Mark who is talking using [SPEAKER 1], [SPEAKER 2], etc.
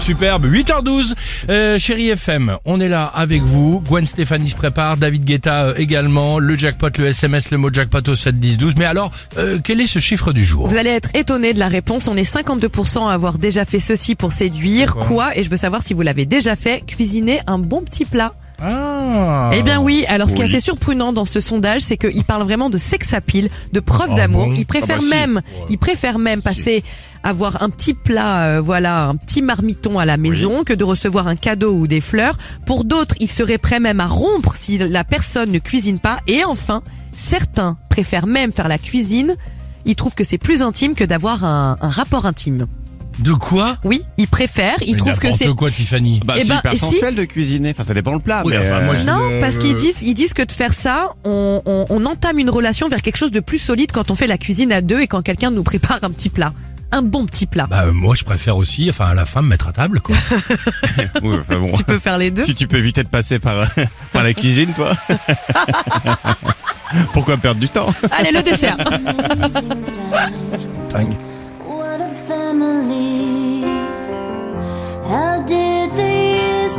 [SPEAKER 1] Superbe, 8h12, euh, chérie FM, on est là avec vous, Gwen Stéphanie se prépare, David Guetta euh, également, le jackpot, le SMS, le mot jackpot au 7 10 12. Mais alors, euh, quel est ce chiffre du jour
[SPEAKER 2] Vous allez être étonné de la réponse. On est 52% à avoir déjà fait ceci pour séduire.
[SPEAKER 1] Quoi
[SPEAKER 2] Quoi, Et je veux savoir si vous l'avez déjà fait. Cuisiner un bon petit plat.
[SPEAKER 1] Ah
[SPEAKER 2] Eh bien oui. Alors ce qui est
[SPEAKER 3] Oui.
[SPEAKER 2] assez surprenant dans ce sondage, c'est qu'il parle vraiment de sex appeal, de preuve
[SPEAKER 1] Ah
[SPEAKER 2] d'amour.
[SPEAKER 1] bon
[SPEAKER 2] il préfère
[SPEAKER 3] Ah bah si.
[SPEAKER 2] même,
[SPEAKER 3] Ouais.
[SPEAKER 2] il préfère même passer avoir un petit plat, euh, voilà, un petit marmiton à la maison que de recevoir un cadeau ou des fleurs. Pour d'autres, ils seraient prêts même à rompre si la personne ne cuisine pas. Et enfin, certains préfèrent même faire la cuisine. Ils trouvent que c'est plus intime que d'avoir un, un rapport intime.
[SPEAKER 1] De quoi
[SPEAKER 2] Oui, ils préfèrent. Ils
[SPEAKER 1] Mais
[SPEAKER 2] trouvent que
[SPEAKER 1] n'importe
[SPEAKER 2] c'est
[SPEAKER 1] quoi Tiffany
[SPEAKER 4] Bah,
[SPEAKER 2] Eh
[SPEAKER 4] c'est
[SPEAKER 2] ben,
[SPEAKER 4] hyper
[SPEAKER 2] et si-
[SPEAKER 4] sensuel de cuisiner. Enfin, ça dépend le plat.
[SPEAKER 1] Oui,
[SPEAKER 4] mais
[SPEAKER 1] enfin, moi, je-
[SPEAKER 2] Non,
[SPEAKER 1] Euh,
[SPEAKER 2] parce
[SPEAKER 1] euh,
[SPEAKER 2] qu'ils disent, ils disent que de faire ça, on, on- on entame une relation vers quelque chose de plus solide quand on fait la cuisine à deux et quand quelqu'un nous prépare un petit plat. Un bon petit plat.
[SPEAKER 1] Bah euh, moi je préfère aussi, enfin à la fin me mettre à table quoi.
[SPEAKER 4] Oui, enfin, bon.
[SPEAKER 2] euh, tu peux faire les deux.
[SPEAKER 4] si tu peux éviter de passer par, par la cuisine, toi. Pourquoi perdre du temps
[SPEAKER 2] Allez, le dessert.
[SPEAKER 1] Dingue.
[SPEAKER 5] What a family. How did the years